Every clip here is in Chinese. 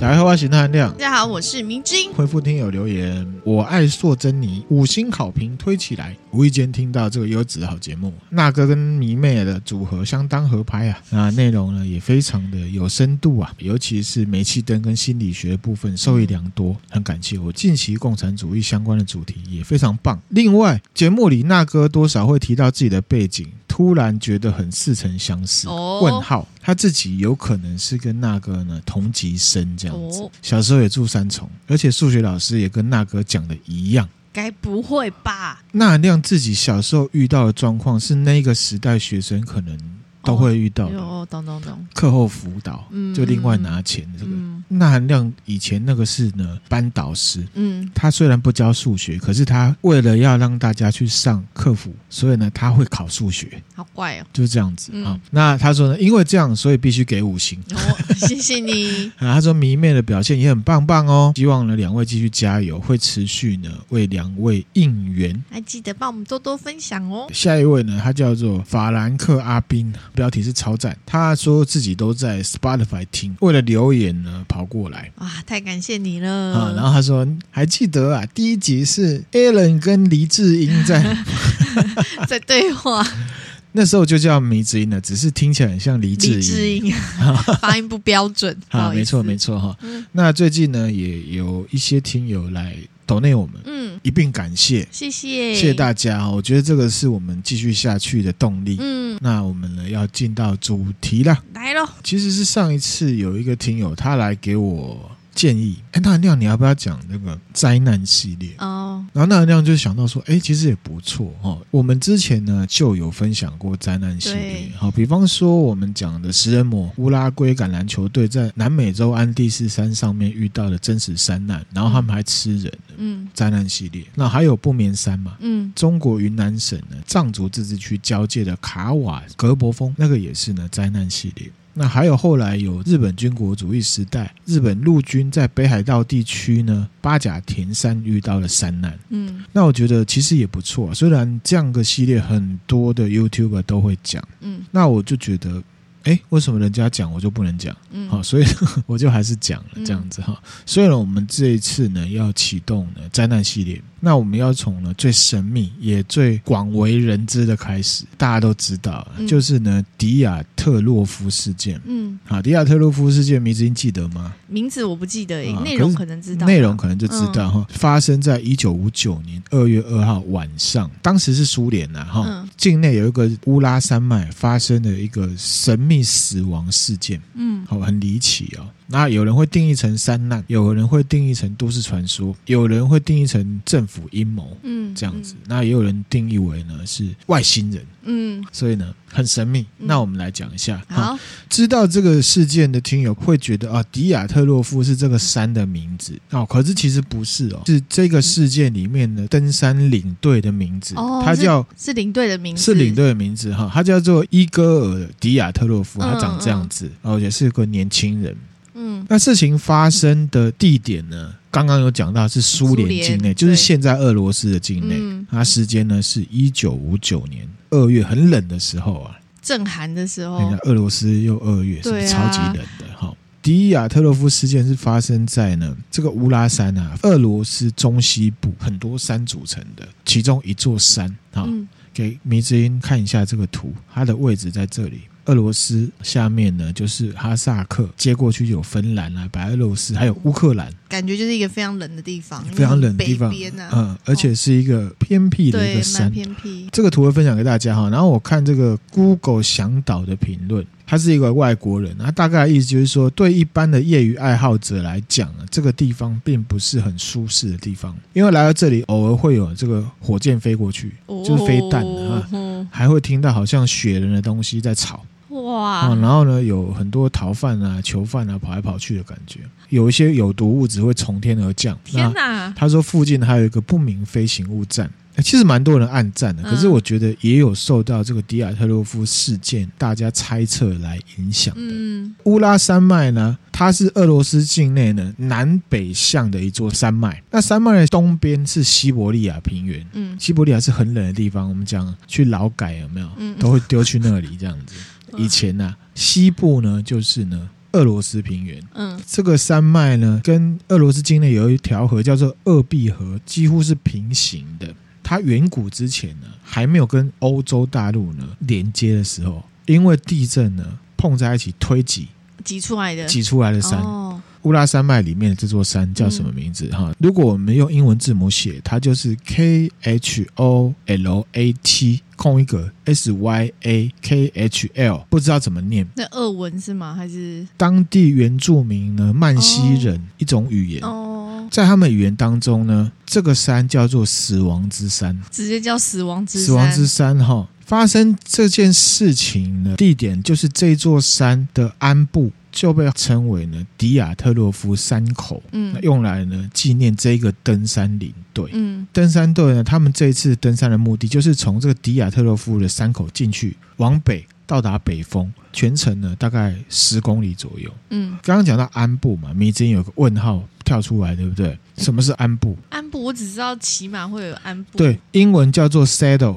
打开花形的含量大。家好，我是明君。回复听友留言，我爱硕珍妮五星好评推起来。无意间听到这个优质的好节目，那哥跟迷妹的组合相当合拍啊，那内容呢也非常的有深度啊，尤其是煤气灯跟心理学部分受益良多，很感谢我近期共产主义相关的主题也非常棒。另外，节目里那哥多少会提到自己的背景，突然觉得很似曾相识。哦问号，他自己有可能是跟那哥呢同级生这样子哦，小时候也住三重，而且数学老师也跟那哥讲的一样。该不会吧？那亮自己小时候遇到的状况是那个时代学生可能都会遇到的，哟，懂懂懂。课后辅导哎嗯就另外拿钱这个。嗯那韩亮以前那个是呢班导师，嗯，他虽然不教数学，可是他为了要让大家去上课辅，所以呢他会考数学，好 怪哦。就是这样子啊、嗯那他说呢，因为这样，所以必须给五星。哦，谢谢你。啊，他说迷妹的表现也很棒棒哦，希望呢两位继续加油，会持续呢为两位应援。还记得帮我们多多分享哦。下一位呢，他叫做法兰克阿宾，标题是超赞。他说自己都在 Spotify 听，为了留言呢跑过来。哇，太感谢你了。啊、然后他说还记得啊，第一集是 Alan 跟黎智英 在，在对话，那时候就叫迷之音了，只是听起来很像黎智李英。智英 发音不标准。 啊，没错没错。错哈。嗯那最近呢，也有一些听友来抖内我们，嗯，一并感谢，谢谢，谢谢大家哦。我觉得这个是我们继续下去的动力。嗯，那我们呢要进到主题啦。来咯。其实是上一次有一个听友他来给我建议，哎，那亮你要不要讲那个灾难系列？哦，然后那亮就想到说，哎，其实也不错哦。我们之前呢就有分享过灾难系列对，好、比方说我们讲的食人魔乌拉圭橄榄球队在南美洲安第斯山上面遇到的真实山难，然后他们还吃人的嗯灾难系列。那还有不眠山嘛，嗯，中国云南省呢藏族自治区交界的卡瓦格博峰，那个也是呢灾难系列。那还有后来有日本军国主义时代，日本陆军在北海道地区呢八甲田山遇到了山难。嗯那我觉得其实也不错、啊虽然这样个系列很多的 YouTuber 都会讲，嗯那我就觉得，哎，为什么人家讲我就不能讲？嗯，好、所以我就还是讲了这样子哈、所以呢，我们这一次呢要启动呢灾难系列，那我们要从呢最神秘也最广为人知的开始，大家都知道，嗯就是呢迪亚特洛夫事件。嗯，好，迪亚特洛夫事件，迷之音记得吗？名字我不记得欸啊，内可容是可能知道，嗯内容可能就知道哈、发生在一九五九年二月二号晚上，当时是苏联呐哈，嗯境内有一个乌拉山脉发生了一个神秘死亡事件。嗯好、很离奇哦。那有人会定义成山难，有人会定义成都市传说，有人会定义成政府阴谋嗯，这样子。那也有人定义为呢是外星人，嗯，嗯，所以呢很神秘。嗯那我们来讲一下，哈好，知道这个事件的听友会觉得啊，迪亚特洛夫是这个山的名字哦，可是其实不是哦，是这个事件里面的登山领队的名字，哦，他是叫是领队的名字，是领队的名字哈，他叫做伊戈尔·迪亚特洛夫，他长这样子，哦，也是个年轻人。嗯，那事情发生的地点呢？刚刚有讲到是苏苏联联境内，就是对现在俄罗斯的境内。嗯它时间呢是一九五九年二月，很冷的时候啊，正寒的时人候家，俄罗斯又二月，是不是哦对啊超级冷的哈。迪亚特洛夫事件是发生在呢这个乌拉山啊，俄罗斯中西部很多山组成的，其中一座山啊，嗯给迷之音看一下这个图，它的位置在这里。俄罗斯下面呢就是哈萨克，接过去有芬兰啊、白俄罗斯，还有乌克兰，感觉就是一个非常冷的地方，非常冷的地北方，边啊，嗯，而且是一个偏僻的一对个，山蛮。偏僻，这个图会分享给大家哈。然后我看这个 Google 向导的评论，他是一个外国人，他大概的意思就是说，对一般的业余爱好者来讲啊，这个地方并不是很舒适的地方，因为来到这里偶尔会有这个火箭飞过去，就是飞弹啊，哦还会听到好像雪人的东西在吵啊、哇，然后呢，有很多逃犯啊、囚犯啊跑来跑去的感觉，有一些有毒物质会从天而降。天那哪，他说附近还有一个不明飞行物站。欸其实蛮多人暗赞的，嗯可是我觉得也有受到这个迪亚特洛夫事件大家猜测来影响的。嗯乌拉山脉呢，它是俄罗斯境内呢南北向的一座山脉。那山脉的东边是西伯利亚平原，嗯西伯利亚是很冷的地方，我们讲去劳改有没有，嗯都会丢去那里这样子。啊嗯以前呢、西部呢就是呢俄罗斯平原。嗯这个山脉呢，跟俄罗斯境内有一条河叫做鄂毕河，几乎是平行的。它远古之前呢，还没有跟欧洲大陆呢连接的时候，因为地震呢碰在一起推挤挤出来的挤出来的山。哦，乌拉山脉里面的这座山叫什么名字？哈、如果我们用英文字母写，它就是 K H O L A T 空一个 S Y A K H L，不知道怎么念。那俄文是吗？还是当地原住民呢，曼西人、一种语言，哦，在他们语言当中呢，这个山叫做死亡之山。直接叫死亡之死亡之山山哈、发生这件事情呢，地点就是这座山的安部，就被称为呢迪亚特洛夫山口。嗯那用来呢纪念这个登山领队。嗯登山队呢，他们这一次登山的目的就是从这个迪亚特洛夫的山口进去，往北到达北峰，全程呢大概十公里左右。嗯，刚刚讲到安部嘛，迷之音有个问号跳出来，对不对？什么是安部？安部我只知道骑马会有安部，对，英文叫做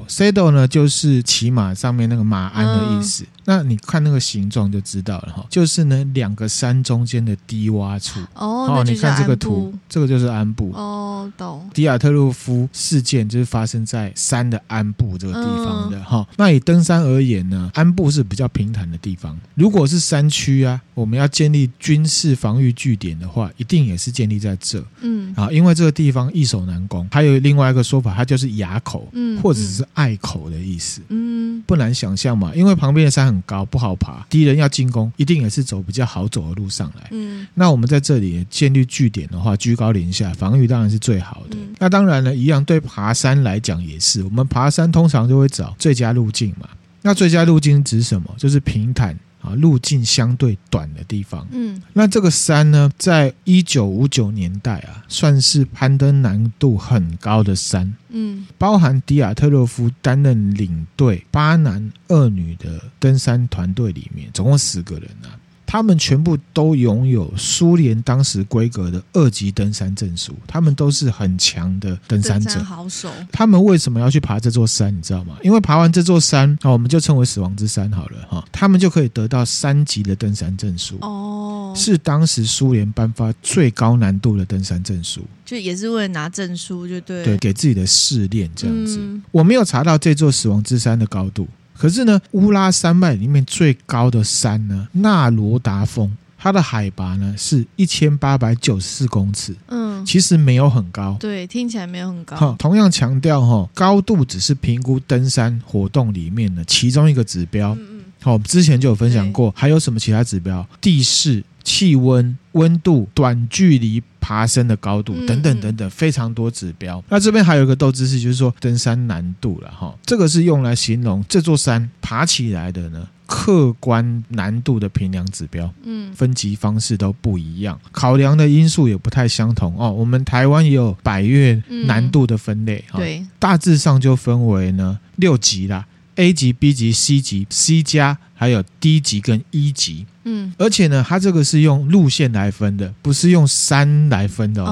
saddle，saddle 呢就是骑马上面那个马鞍的意思。嗯那你看那个形状就知道了哈，就是呢两个山中间的低洼处。哦，哦，那就你叫看这个安图部，这个就是安部。哦，懂，迪亚特洛夫事件就是发生在山的安部这个地方的嗯哈、那以登山而言呢，安部是比较平坦的地方。如果是山区啊，我们要建立军事防御据点的话，一定也是建立在这嗯啊，因为这个地方易守难攻。还有另外一个说法，它就是崖口，嗯，或者是隘口的意思。嗯不难想象嘛，因为旁边的山很高，不好爬，敌人要进攻，一定也是走比较好走的路上来。嗯那我们在这里建立据点的话，居高临下，防御当然是最好的。嗯那当然呢，一样对爬山来讲也是，我们爬山通常就会找最佳路径嘛。那最佳路径指什么？就是平坦啊，路径相对短的地方。嗯那这个山呢，在一九五九年代啊，算是攀登难度很高的山。嗯包含迪亚特洛夫担任领队八男二女的登山团队里面，总共十个人啊，他们全部都拥有苏联当时规格的二级登山证书，他们都是很强的登嗯，山登者山。好手，他们为什么要去爬这座山？你知道吗？因为爬完这座山啊、我们就称为死亡之山好了哈、他们就可以得到三级的登山证书，哦，是当时苏联颁发最高难度的登山证书，就也是为了拿证书，就对，对，给自己的试炼这样子。嗯我没有查到这座死亡之山的高度，可是呢，乌拉山脉里面最高的山呢，纳罗达峰，它的海拔呢是一千八百九十四公尺，嗯，其实没有很高。对，听起来没有很哈高，，同样强调哈，高度只是评估登山活动里面的其中一个指标。嗯嗯好、我们之前就有分享过，还有什么其他指标？地势、气温、温度、短距离爬升的高度嗯等等等等，非常多指标。那这边还有一个斗知识，就是说登山难度了哈、这个是用来形容这座山爬起来的呢。客观难度的评量指标，嗯，分级方式都不一样，考量的因素也不太相同哦。我们台湾也有百越嗯难度的分类哈、对，大致上就分为呢六级啦，A 级、B 级、C 级、C 加，还有 D 级跟 E 级。嗯而且呢，它这个是用路线来分的，不是用山来分的哦。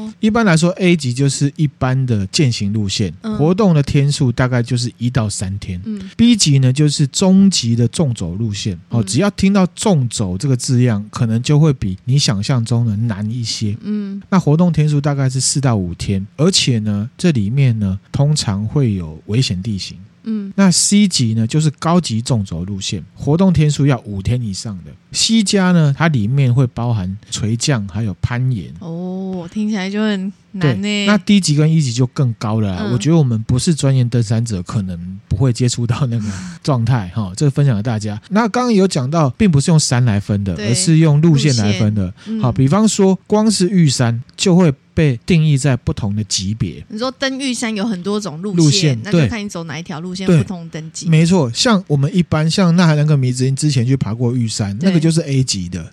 哦，一般来说，A 级就是一般的践行路线，嗯活动的天数大概就是一到三天。嗯 B 级呢，就是中级的纵走路线哦，嗯只要听到“纵走”这个字样，可能就会比你想象中的难一些。嗯那活动天数大概是四到五天，而且呢，这里面呢通常会有危险地形。嗯那 C 级呢，就是高级纵轴路线，活动天数要五天以上的。C 加呢，它里面会包含垂降还有攀岩。哦，听起来就很对难呢，那 D 级跟 E 级就更高了啦、嗯我觉得我们不是专业登山者，可能不会接触到那个状态哈。 这个分享给大家。那刚刚有讲到，并不是用山来分的，对而是用路线来分的。嗯好，比方说，光是玉山就会被定义在不同的级别。你说登玉山有很多种路路线那对就看你走哪一条路线，对不同等级。没错，像我们一般，像那那个迷之音之前去爬过玉山，对那个就是 A 级 的，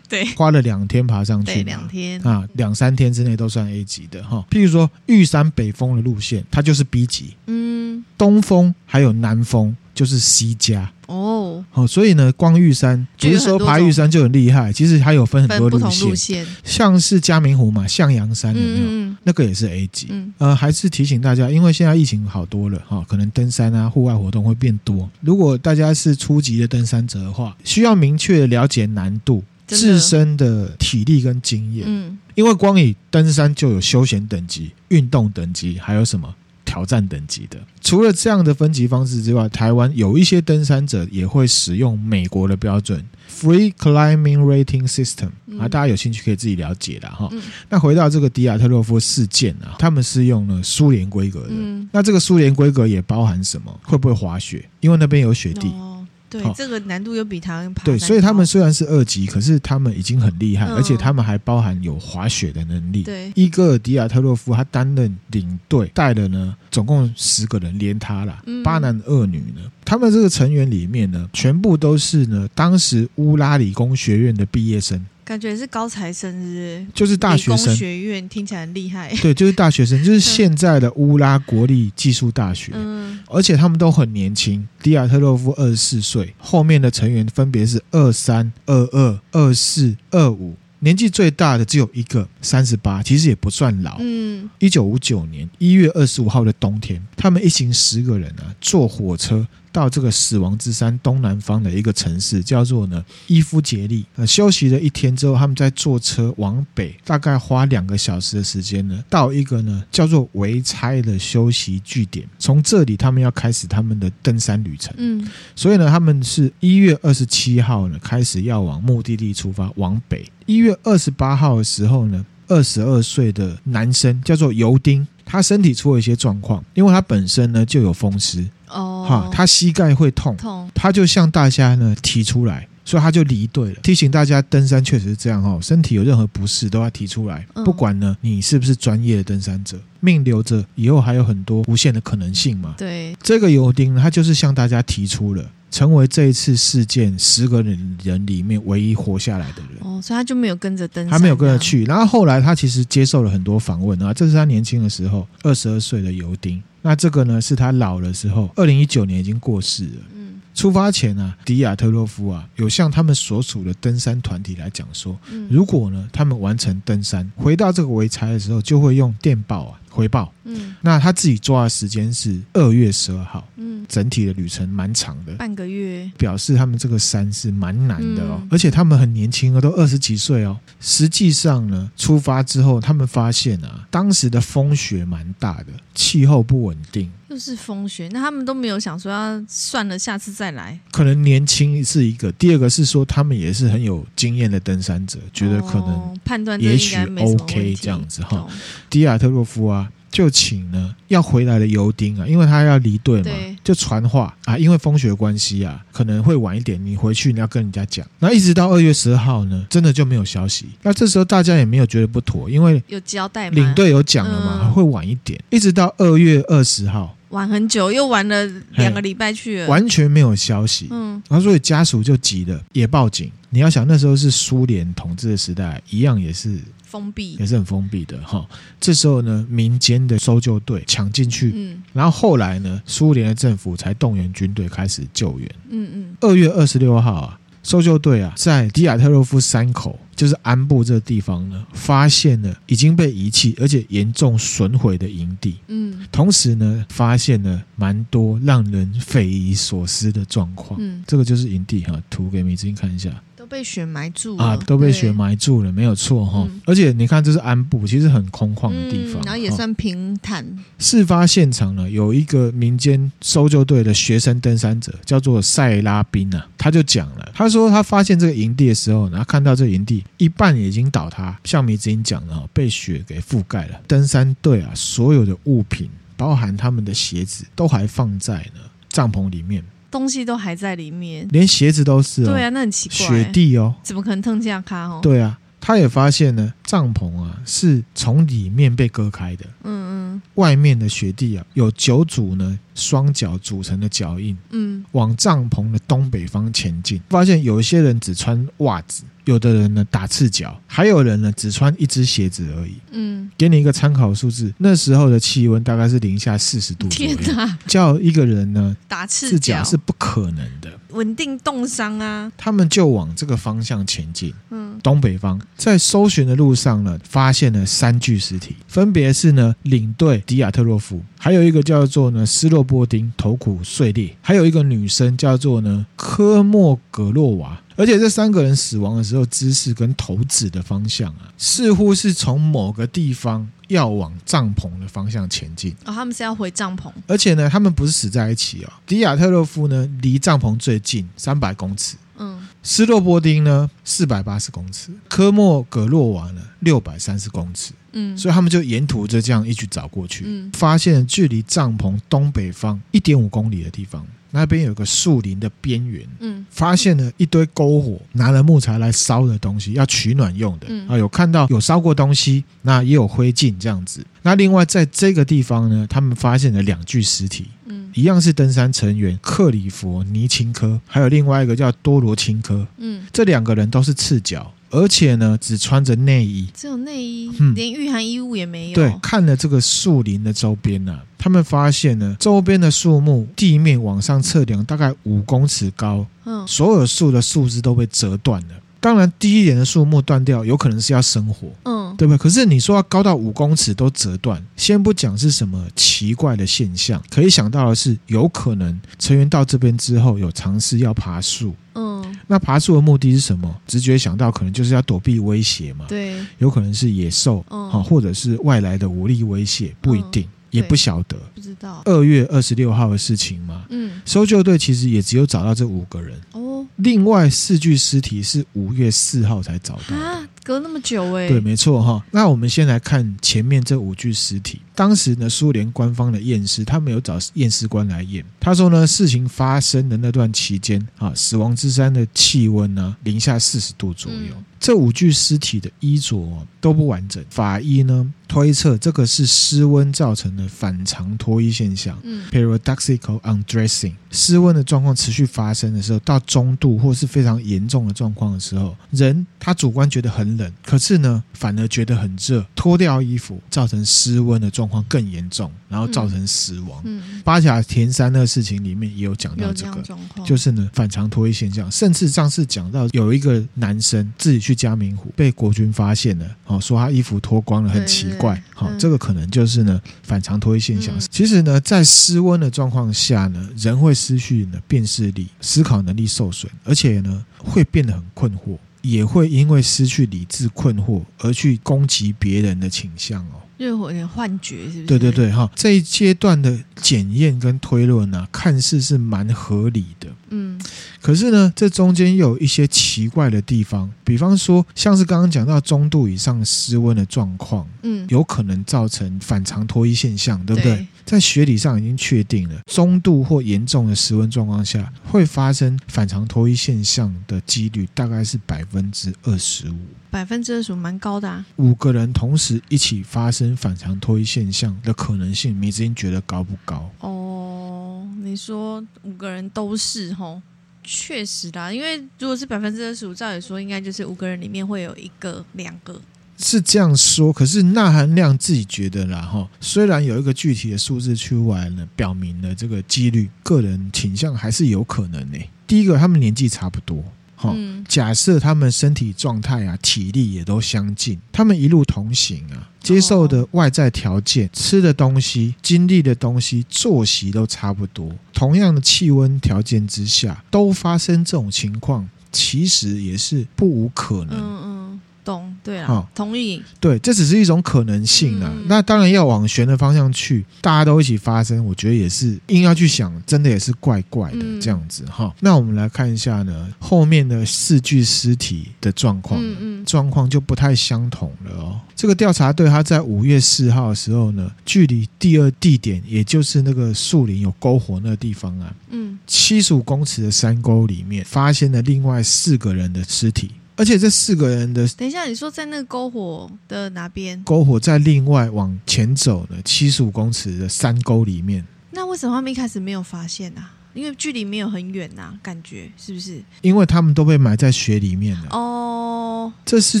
对花了两天爬上去对，嘛，两天。啊，两三天之内都算 A 级的哈。譬如说玉山北峰的路线，它就是 B 级，嗯，东峰还有南峰就是 C 加。哦，好、所以呢，逛玉山不就有是很说多爬玉山就很厉害，其实还有分很分多不路同线，路线，像是嘉明湖嘛，向阳山嗯有没有？嗯那个也是 A 级。嗯呃，还是提醒大家，因为现在疫情好多了哈、可能登山啊、户外活动会变多。如果大家是初级的登山者的话，需要明确了解难度、真的自身的体力跟经验，嗯因为光以登山就有休闲等级、运动等级，还有什么？挑战等级的，除了这样的分级方式之外，台湾有一些登山者也会使用美国的标准 Free Climbing Rating System 啊，嗯大家有兴趣可以自己了解啦。哈。嗯那回到这个迪亚特洛夫事件啊，他们是用了苏联规格的。嗯，那这个苏联规格也包含什么？会不会滑雪？因为那边有雪地。哦，对好，这个啊难度又比台湾爬对，山所以他高们虽然是二级，可是他们已经很厉害，嗯而且他们还包含有滑雪的能力。对伊戈尔迪亚特洛夫他担任领队，带了呢总共十个人，连他啦，嗯八男二女呢。他们这个成员里面呢，全部都是呢当时乌拉理工学院的毕业生，感觉是高材生，是不是？就是大理学工生。学院听起来很厉害，对，就是大学生，就是现在的乌拉国立技术大学，嗯而且他们都很年轻。迪亚特洛夫二十四岁，后面的成员分别是二三、二二、二四、二五，年纪最大的只有一个，三十八，其实也不算老。嗯，一九五九年一月二十五号的冬天，他们一行十个人啊，坐火车到这个死亡之山东南方的一个城市，叫做呢伊夫杰利。呃，休息了一天之后，他们再坐车往北，大概花两个小时的时间呢，到一个呢叫做维差的休息据点。从这里，他们要开始他们的登山旅程。嗯所以呢，他们是一月二十七号呢开始要往目的地出发，往北。一月二十八号的时候呢，二十二岁的男生叫做尤丁，他身体出了一些状况，因为他本身呢就有风湿，哦，哈，他膝盖会痛，痛，他就向大家呢提出来。所以他就离队了。提醒大家，登山确实是这样哦，身体有任何不适都要提出来，嗯不管呢你是不是专业的登山者，命留着以后还有很多无限的可能性嘛。对，这个油丁呢，他就是向大家提出了，成为这一次事件十个人人里面唯一活下来的人。哦，所以他就没有跟着登山，他没有跟着，去，然后后来他其实接受了很多访问啊，这是他年轻的时候，二十二岁的油丁。那这个呢，是他老的时候，二零一九年已经过世了。嗯出发前啊，迪亚特洛夫啊，有向他们所属的登山团体来讲说，嗯，如果呢他们完成登山，回到这个围差的时候，就会用电报啊回报。嗯那他自己抓的时间是二月十二号，嗯，整体的旅程蛮长的，半个月，表示他们这个山是蛮难的哦，嗯而且他们很年轻哦，都二十几岁哦。实际上呢，出发之后，他们发现啊，当时的风雪蛮大的，气候不稳定，又是风雪，那他们都没有想说要算了，下次再来，可能年轻是一个，第二个是说他们也是很有经验的登山者，觉得可能哦判断也这应许该没什么 OK 问题这样子哈，懂迪亚特洛夫啊，就请呢要回来的尤丁啊，因为他要离队嘛对，就传话啊，因为风雪关系啊，可能会晚一点，你回去你要跟人家讲。那一直到二月十号呢，真的就没有消息。那这时候大家也没有觉得不妥，因为有交代吗？领队有讲了嘛，嗯会晚一点，一直到二月二十号，玩很久，又玩了两个礼拜去了，完全没有消息。嗯然后所以家属就急了，也报警。你要想那时候是苏联统治的时代，一样也是封闭也，是很封闭的哈。这时候呢，民间的搜救队抢进去，嗯然后后来呢，苏联的政府才动员军队开始救援。嗯二月二十六号啊，搜救队啊，在迪亚特洛夫山口，就是安布这个地方呢，发现了已经被遗弃而且严重损毁的营地，嗯同时呢，发现了蛮多让人匪夷所思的状况。嗯，这个就是营地哈，图给米津看一下都被雪埋住了啊，都被雪哦对埋住了，没有错哈。嗯而且你看，这是安布，其实很空旷的地方，哦嗯然后也哈算平坦，事发现场呢，有一个民间搜救队的学生登山者，叫做塞拉宾啊，他就讲了，他说他发现这个营地的时候，然后看到这个营地一半已经倒塌，像米子英讲的、哦，被雪给覆盖了。登山队啊，所有的物品，包含他们的鞋子，都还放在呢帐篷里面，东西都还在里面。连鞋子都是哦，对啊，那很奇怪，雪地哦，怎么可能腾这样咖哦？，对啊，他也发现呢，帐篷啊是从里面被割开的。嗯外面的雪地啊，有九组呢双脚组成的脚印，嗯嗯，往帐篷的东北方前进。发现有一些人只穿袜子，有的人呢打赤脚，还有人呢只穿一只鞋子而已。嗯，给你一个参考数字，那时候的气温大概是零下四十度左右嗯天，哪，叫一个人呢打赤赤脚脚是不可能的。稳定冻伤啊，他们就往这个方向前进。嗯东北方在搜寻的路上呢，发现了三具尸体，分别是呢领队迪亚特洛夫，还有一个叫做呢斯洛波丁头骨碎裂，还有一个女生叫做呢科莫格洛娃。而且这三个人死亡的时候，姿势跟投掷的方向啊，似乎是从某个地方要往帐篷的方向前进。哦，他们是要回帐篷，而且呢，他们不是死在一起哦。迪亚特洛夫呢，离帐篷最近三百公尺，嗯，斯洛波丁呢四百八十公尺，科莫格洛娃呢六百三十公尺，嗯，所以他们就沿途就这样一直找过去，嗯发现距离帐篷东北方一点五公里的地方，那边有个树林的边缘。嗯发现了一堆篝火，拿了木材来烧的东西，要取暖用的、嗯啊。有看到有烧过东西，那也有灰烬这样子。那另外在这个地方呢，他们发现了两具尸体，嗯一样是登山成员克里佛尼钦科，还有另外一个叫多罗钦科，嗯，这两个人都是赤脚，而且呢只穿着内衣。只有内衣，嗯连御寒衣物也没有，对，看了这个树林的周边呢、他们发现呢周边的树木地面往上测量大概五公尺高，嗯所有树的树枝都被折断了。当然，低一点的树木断掉，有可能是要生火，嗯对不对？可是你说要高到五公尺都折断，先不讲是什么奇怪的现象，可以想到的是，有可能成员到这边之后有尝试要爬树。嗯，那爬树的目的是什么？直觉想到可能就是要躲避威胁嘛，对，有可能是野兽，嗯好、或者是外来的武力威胁，不一定，也不晓得。不知道，二月二十六号的事情嘛，嗯搜救队其实也只有找到这五个人。哦，另外四具尸体是五月四号才找到的。哈，隔那么久哎，对，没错哈。那我们先来看前面这五具尸体。当时呢，苏联官方的验尸，他们有找验尸官来验。他说呢，事情发生的那段期间啊，死亡之山的气温呢零下四十度左右。嗯这五具尸体的衣着、哦都不完整，法医呢推测这个是失温造成的反常脱衣现象。嗯 paradoxical undressing，失温的状况持续发生的时候，到中度或是非常严重的状况的时候，人他主观觉得很冷，可是呢，反而觉得很热，脱掉衣服造成失温的状况更严重，然后造成死亡。嗯，巴甲田山的事情里面也有讲到有这这个样。状况，就是是呢，反常脱衣现象，甚至上次讲到有一个男生自己去嘉明湖被国军发现了，哦，说他衣服脱光了，很对奇对怪，好、嗯这个可能就是呢反常脱衣现象。嗯其实呢，在失温的状况下呢，人会失去呢辨识力，思考能力受损，而且呢会变得很困惑，也会因为失去理智困惑而去攻击别人的倾向哦。热火有点幻觉，是不是？对对，对，哈、这一阶段的检验跟推论呢、看似是蛮合理的。嗯可是呢，这中间又有一些奇怪的地方，比方说，像是刚刚讲到中度以上失温的状况，嗯，有可能造成反常脱衣现象，对不对？对在学理上已经确定了，中度或严重的失温状况下，会发生反常脱衣现象的几率大概是百分之二十五。百分之二十五蛮高的啊，五个人同时一起发生反常脱衣现象的可能性，你子英觉得高不高？哦，你说五个人都是吼，确实啦，因为如果是百分之二十五，照理说应该就是五个人里面会有一个、两个，是这样说，可是钠含量自己觉得啦哈，虽然有一个具体的数字出来呢，表明了这个几率，个人倾向还是有可能呢、第一个，他们年纪差不多，哈、嗯假设他们身体状态啊、体力也都相近，他们一路同行啊，接受的外在条件、吃的东西、经历的东西、作息都差不多，同样的气温条件之下，都发生这种情况，其实也是不无可能。嗯嗯，懂，对好啦，同意，对，这只是一种可能性啊。嗯那当然要往悬的方向去，大家都一起发生，我觉得也是硬要去想，真的也是怪怪的、嗯这样子哈。那我们来看一下呢，后面的四具尸体的状况。嗯嗯状况就不太相同了哦。这个调查队他在五月四号的时候呢，距离第二地点，也就是那个树林有篝火那个地方啊，嗯，七十五公尺的山沟里面发现了另外四个人的尸体，而且这四个人的等一下，你说在那个篝火的哪边？篝火在另外往前走呢七十五公尺的山沟里面，那为什么他们一开始没有发现啊？因为距离没有很远呐、啊，感觉是不是？因为他们都被埋在雪里面了。哦，哦，这四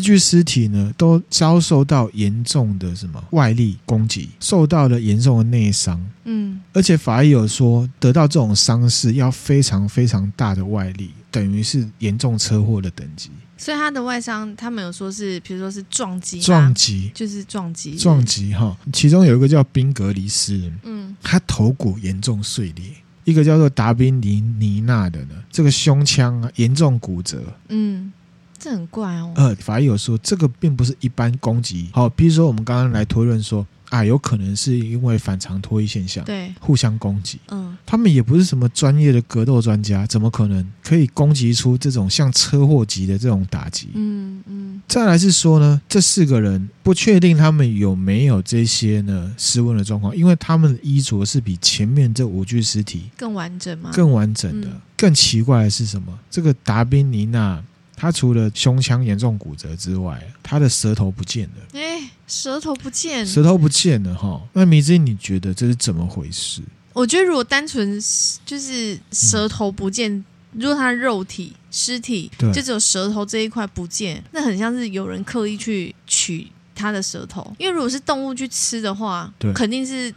具尸体呢，都遭受到严重的什么外力攻击，受到了严重的内伤。嗯而且法医有说，得到这种伤势要非常非常大的外力，等于是严重车祸的等级，所以他的外伤，他们有说是，比如说是撞击吗，撞击，就是撞击，撞，击哈。其中有一个叫宾格里斯人，嗯他头骨严重碎裂；一个叫做达宾尼尼纳的呢，这个胸腔啊严重骨折。嗯，这很怪哦，呃，法医有说，这个并不是一般攻击。好，比如说我们刚刚来推论说，啊，有可能是因为反常脱衣现象，对，互相攻击。嗯他们也不是什么专业的格斗专家，怎么可能可以攻击出这种像车祸级的这种打击？嗯嗯再来是说呢，这四个人不确定他们有没有这些呢失温的状况，因为他们的衣着是比前面这五具尸体更完整嘛，更完整的。嗯更奇怪的是什么？这个达宾尼娜，她除了胸腔严重骨折之外，她的舌头不见了，哎，舌头不见，舌头不见了哈。那迷之，你觉得这是怎么回事？我觉得如果单纯是就是舌头不见，如果他肉体尸体嗯对就只有舌头这一块不见，那很像是有人刻意去取他的舌头，因为如果是动物去吃的话对，肯定是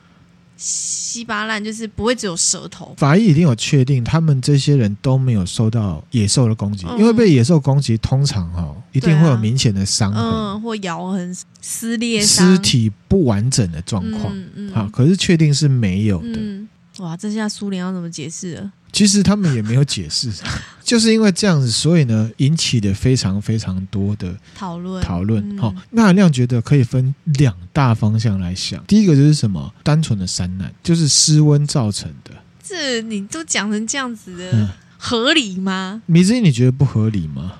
稀巴烂，就是不会只有舌头。法医一定有确定，他们这些人都没有受到野兽的攻击，嗯因为被野兽攻击，通常哈、哦、一定会有对啊明显的伤痕、嗯，或咬痕、撕裂伤尸体不完整的状况。嗯嗯，啊，可是确定是没有的。嗯，哇，这下苏联要怎么解释了？其实他们也没有解释， 就是因为这样子，所以呢，引起的非常非常多的讨论，讨论。嗯好、那亮觉得可以分两大方向来想。第一个就是什么？单纯的山难，就是失温造成的。这你都讲成这样子嗯了，合理吗？米之，你觉得不合理吗？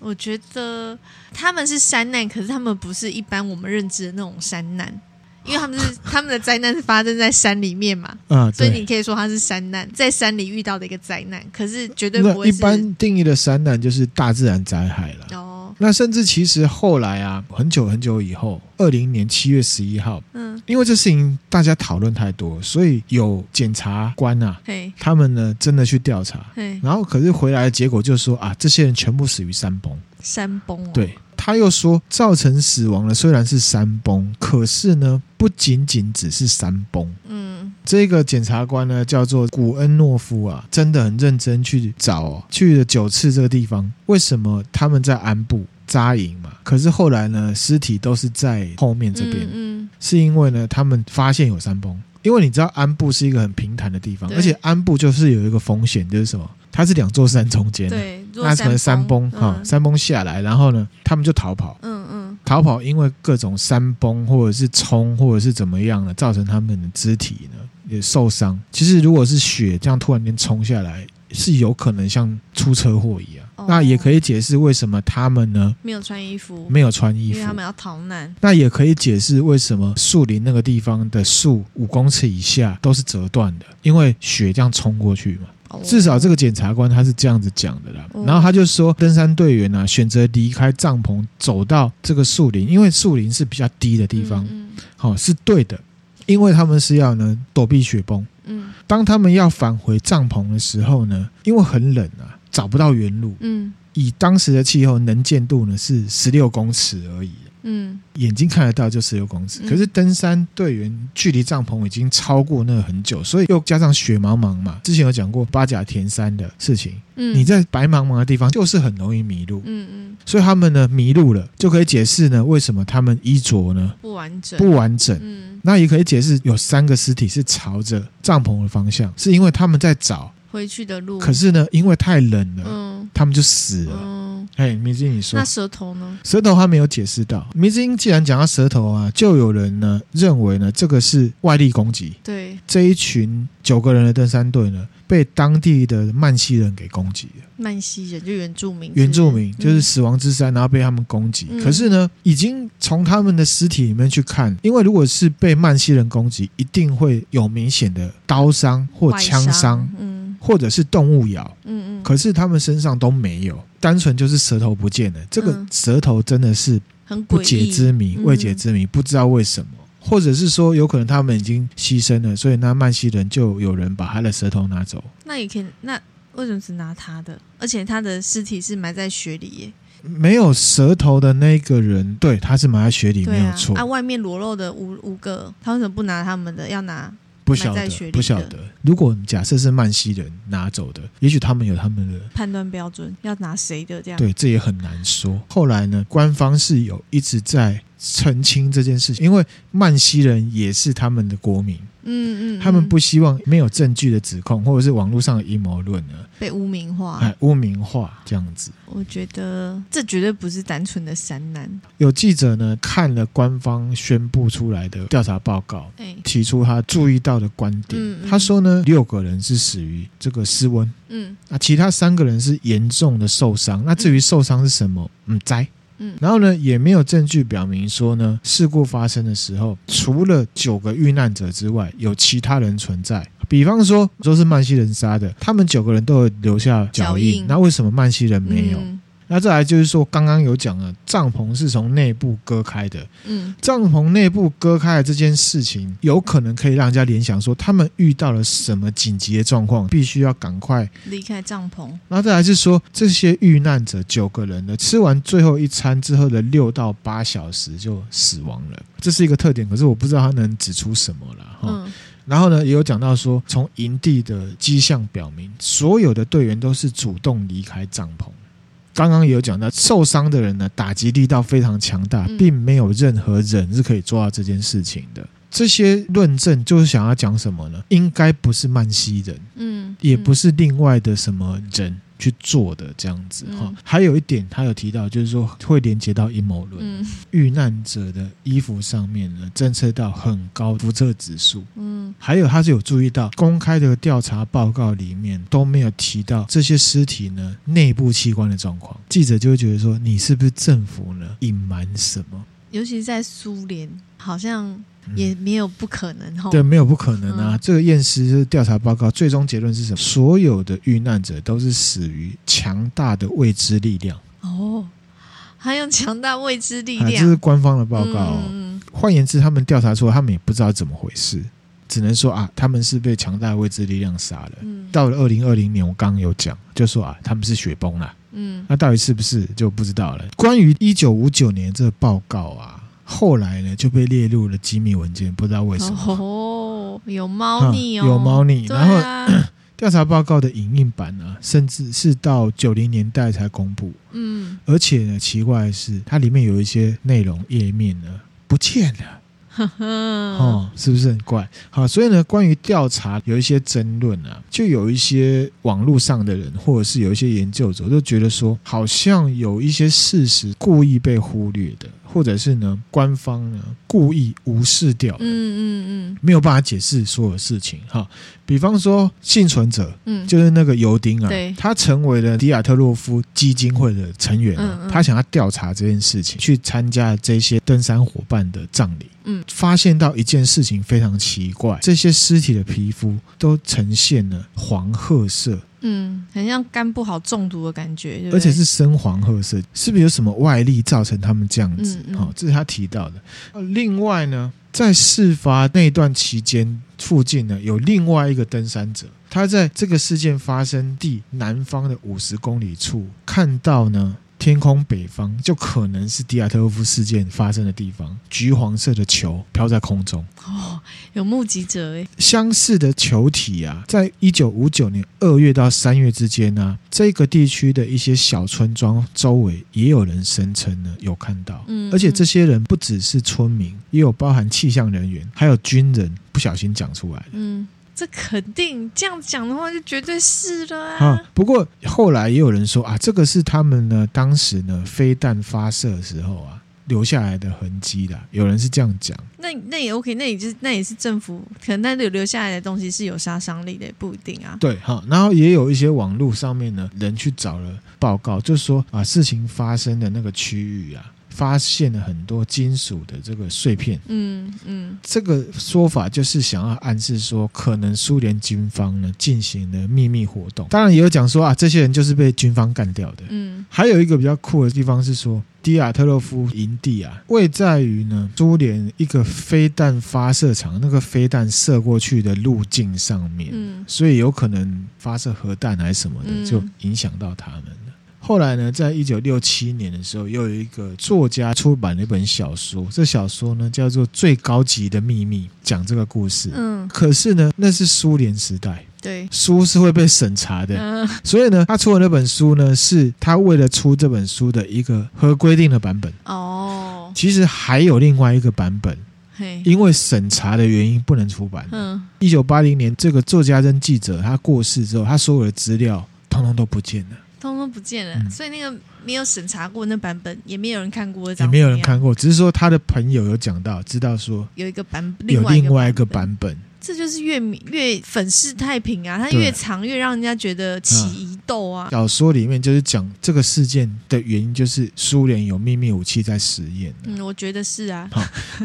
我觉得他们是山难，可是他们不是一般我们认知的那种山难，因为他们是他们的灾难是发生在山里面嘛，啊，所以对。你可以说它是山难，在山里遇到的一个灾难，可是绝对不那会一是般定义的山难就是大自然灾害了。哦，那甚至其实后来啊，很久很久以后，二零年七月十一号，嗯，因为这事情大家讨论太多，所以有检察官啊，嘿，他们呢真的去调查，嘿，然后可是回来的结果就说啊，这些人全部死于山崩。山崩哦，，对，他又说造成死亡的虽然是山崩，可是呢不仅仅只是山崩。嗯这个检察官呢叫做古恩诺夫啊，真的很认真去找、哦，去了九次这个地方，为什么他们在安布扎营嘛？可是后来呢，尸体都是在后面这边。嗯是因为呢，他们发现有山崩，因为你知道安布是一个很平坦的地方，对而且安布就是有一个风险，就是什么？它是两座山中间嗯，的，对，如那果可能山崩哈、嗯山崩下来，然后呢，他们就逃跑，嗯嗯，逃跑，因为各种山崩或者是冲或者是怎么样呢，造成他们的肢体呢也受伤。其实如果是雪这样突然间冲下来，是有可能像出车祸一样。哦那也可以解释为什么他们呢没有穿衣服，没有穿衣因服为，他们要逃难，那也可以解释为什么树林那个地方的树五公尺以下都是折断的，因为雪这样冲过去嘛。哦至少这个检察官他是这样子讲的啦。哦然后他就说，登山队员呢、啊、选择离开帐篷，走到这个树林，因为树林是比较低的地方，嗯好、是对的，因为他们是要呢躲避雪崩。嗯当他们要返回帐篷的时候呢，因为很冷啊，找不到原路。嗯以当时的气候，能见度呢是十六公尺而已。嗯眼睛看得到就十六公尺，嗯可是登山队员距离帐篷已经超过那个很久，所以又加上雪茫茫嘛。之前有讲过八甲田山的事情，嗯，你在白茫茫的地方就是很容易迷路，嗯嗯所以他们呢迷路了，就可以解释呢为什么他们衣着呢不完整，不完整。嗯，那也可以解释有三个尸体是朝着帐篷的方向，是因为他们在找，回去的路，可是呢因为太冷了，嗯他们就死了。嗯，哎，明晶，你说那舌头呢？舌头他没有解释到。迷之音既然讲到舌头啊，就有人呢认为呢这个是外力攻击。对，这一群九个人的登山队呢，被当地的曼西人给攻击了。曼西人就原住民，原住民是不就是死亡之山，然后被他们攻击。嗯可是呢，已经从他们的尸体里面去看，因为如果是被曼西人攻击，一定会有明显的刀伤或外枪伤，，嗯或者是动物咬。嗯嗯，可是他们身上都没有，单纯就是舌头不见了。这个嗯舌头真的是很不诡解异，之谜，嗯未解之谜，不知道为什么，或者是说有可能他们已经牺牲了，所以那曼西人就有人把他的舌头拿走。那也可以，那为什么只拿他的？而且他的尸体是埋在雪里耶，没有舌头的那个人，对，他是埋在雪里对没有啊，错，啊，外面裸露的五五个，他为什么不拿他们的？要拿不晓埋在雪得里，的不晓得。如果假设是曼西人拿走的，也许他们有他们的判断标准，要拿谁的这样？对，这也很难说。后来呢，官方是有一直在澄清这件事情，因为曼西人也是他们的国民，嗯嗯，嗯他们不希望没有证据的指控或者是网络上的阴谋论呢，被污名化。哎，污名化这样子。我觉得这绝对不是单纯的山难。有记者呢看了官方宣布出来的调查报告，哎，提出他注意到的观点。嗯嗯他说呢，六个人是死于这个失温，嗯那啊其他三个人是严重的受伤。那至于受伤是什么，嗯，灾。嗯然后呢，也没有证据表明说呢，事故发生的时候，除了九个遇难者之外，有其他人存在。比方说，说是曼西人杀的，他们九个人都有留下脚脚印印，那为什么曼西人没有？嗯那再来就是说，刚刚有讲了，帐篷是从内部割开的，嗯帐篷内部割开的这件事情，有可能可以让人家联想说他们遇到了什么紧急的状况，必须要赶快。离开帐篷，然后再来是说，这些遇难者九个人呢，吃完最后一餐之后的六到八小时就死亡了，这是一个特点。可是我不知道他能指出什么啦。哈、嗯然后呢，也有讲到说，从营地的迹象表明，所有的队员都是主动离开帐篷。刚刚也有讲到，受伤的人呢，打击力道非常强大，嗯并没有任何人是可以做到这件事情的。这些论证就是想要讲什么呢？应该不是曼西人，嗯，也不是是另外的什么人去做的这样子哈、嗯还有一点，他有提到，就是说会连接到阴谋论。嗯遇难者的衣服上面呢，侦测到很高辐射指数，嗯还有，他是有注意到公开的调查报告里面都没有提到这些尸体呢内部器官的状况。记者就会觉得说，你是不是政府呢隐瞒什么？尤其是在苏联，好像嗯也没有不可能吼。对，没有不可能啊！哦嗯这个验尸调查报告最终结论是什么？所有的遇难者都是死于强大的未知力量，哦，还有强大未知力啊，这量是官方的报告哦、嗯嗯换言之，他们调查出来，他们也不知道怎么回事，只能说啊，他们是被强大的未知力量杀了。嗯到了二零二零年，我刚刚有讲，就说啊，他们是雪崩啦。嗯那到底是不是就不知道了？关于一九五九年这个报告啊，后来呢就被列入了机密文件，不知道为什么。嗯哦，有猫腻哦，哈有猫腻对然后啊，调查报告的影印版呢、啊，甚至是到九零年代才公布。嗯，而且呢，奇怪的是，它里面有一些内容页面呢不见了。嗯哦，是不是很怪？好，所以呢，关于调查有一些争论啊，就有一些网络上的人，或者是有一些研究者，就觉得说，好像有一些事实故意被忽略的，或者是呢，官方呢故意无视掉，嗯嗯没有办法解释所有事情。哈，比方说幸存者。嗯，就是那个尤丁啊对，他成为了迪亚特洛夫基金会的成员、啊，嗯嗯他想要调查这件事情，去参加这些登山伙伴的葬礼。嗯发现到一件事情非常奇怪，这些尸体的皮肤都呈现了黄褐色，嗯，很像肝不好中毒的感觉，对不对而且是深黄褐色，是不是有什么外力造成他们这样子？嗯嗯哦，这是他提到的。呃另外呢，在事发那段期间附近呢，有另外一个登山者，他在这个事件发生地南方的五十公里处看到呢。天空北方就可能是迪亚特洛夫事件发生的地方，橘黄色的球飘在空中，哦，有目击者哎，相似的球体啊，在一九五九年二月到三月之间呢、这个地区的一些小村庄周围也有人声称呢有看到，嗯而且这些人不只是村民，也有包含气象人员，还有军人，不小心讲出来的。嗯，这肯定这样讲的话，就绝对是了啊啊。，不过后来也有人说啊，这个是他们呢当时呢飞弹发射的时候啊留下来的痕迹啦，有人是这样讲。那那也 OK，那也就是那也是政府可能那里留下来的东西是有杀伤力的，也不一定啊。对，好，然后也有一些网络上面呢，人去找了报告，就说啊，事情发生的那个区域啊，发现了很多金属的这个碎片。嗯嗯这个说法就是想要暗示说，可能苏联军方呢进行了秘密活动。当然也有讲说啊，这些人就是被军方干掉的。嗯还有一个比较酷的地方是说，迪亚特洛夫营地啊，位在于呢苏联一个飞弹发射场，那个飞弹射过去的路径上面。嗯所以有可能发射核弹还是什么的，嗯就影响到他们了。后来呢，在一九六七年的时候，又有一个作家出版了一本小说，这小说呢叫做《最高级的秘密》，讲这个故事。嗯，可是呢，那是苏联时代，对，书是会被审查的，嗯所以呢，他出的那本书呢，是他为了出这本书的一个合规定的版本。哦，其实还有另外一个版本，嘿，因为审查的原因不能出版。嗯，一九八零年，这个作家跟记者他过世之后，他所有的资料通通都不见了，通通不见了，嗯所以那个没有审查过那版本，也没有人看过，也没有人。看过。只是说他的朋友有讲到，知道说有一个版，有一另外一个个本，版本。这就是越迷越粉饰太平啊，它对越长越让人家觉得起疑窦啊。小说里面就是讲这个事件的原因，就是苏联有秘密武器在实验。嗯，我觉得是啊，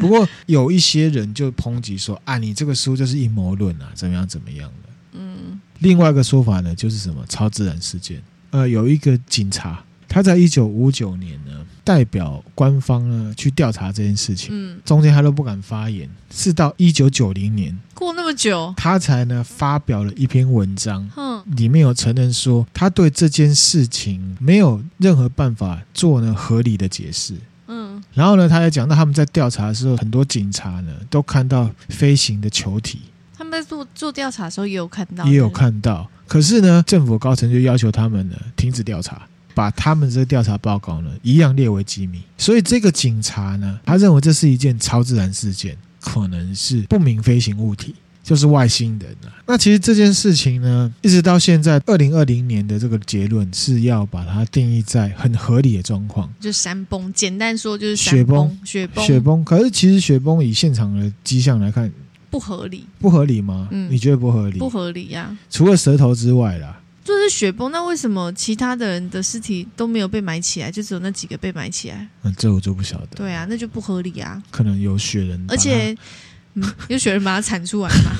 不过有一些人就抨击说啊，你这个书就是阴谋论啊，怎么样怎么样的。嗯另外一个说法呢，就是什么超自然事件。呃，有一个警察，他在一九五九年呢，代表官方呢去调查这件事情，嗯，中间他都不敢发言，是到一九九零年，过那么久，他才呢发表了一篇文章。哼，里面有承认说，他对这件事情没有任何办法做呢合理的解释。嗯然后呢，他也讲到他们在调查的时候，很多警察呢都看到飞行的球体，他们在做做调查的时候也有看到，也有对不对，看到。可是呢，政府高层就要求他们呢停止调查，把他们这个调查报告呢一样列为机密。所以这个警察呢，他认为这是一件超自然事件，可能是不明飞行物体。就是外星人啊！那其实这件事情呢，一直到现在二零二零年的这个结论是要把它定义在很合理的状况。就山崩，简单说就是雪山崩，雪崩，雪崩，可是其实雪崩以现场的迹象来看，不合理，不合理吗？嗯你觉得不合理？不合理呀、啊。除了舌头之外啦，就是雪崩，那为什么其他的人的尸体都没有被埋起来，就只有那几个被埋起来？嗯，这我就不晓得。对，啊，那就不合理啊！可能有雪人把它，而且，嗯，有雪人把它铲出来嘛，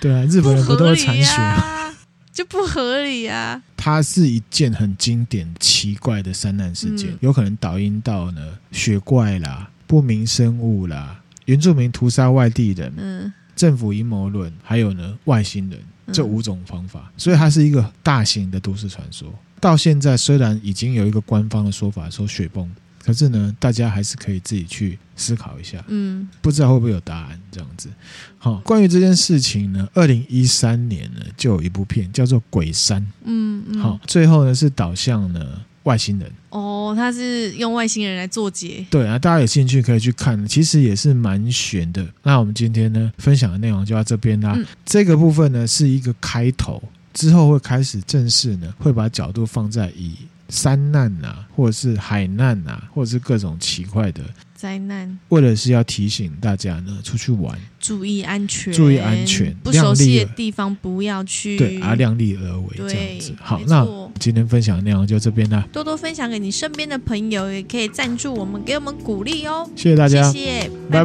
对啊， 日不本人不都合会理铲雪吗？啊， 就不合理啊！它是一件很经典、奇怪的山难事件，嗯有可能导因到呢雪怪啦、不明生物啦、原住民屠杀外地人、嗯，政府阴谋论，还有呢外星人。嗯这五种方法，所以它是一个大型的都市传说。到现在虽然已经有一个官方的说法说雪崩，可是呢，大家还是可以自己去思考一下，嗯不知道会不会有答案这样子。好，关于这件事情呢，二零一三年呢就有一部片叫做《鬼山嗯》，嗯，好，最后呢是导向呢外星人。哦，他是用外星人来作结，对啊，大家有兴趣可以去看，其实也是蛮悬的。那我们今天呢分享的内容就到这边啦。嗯这个部分呢是一个开头，之后会开始正式呢会把角度放在以山难啊，或者是海难啊，或者是各种奇怪的，灾难，为了是要提醒大家呢出去玩，注意安全，注意安全不熟悉量力的而地方不要去，对啊，量力而为对这样子。好没，那错今天分享的内容就这边啦，多多分享给你身边的朋友，也可以赞助我们，给我们鼓励哦。谢谢大家。谢谢，拜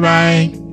拜拜拜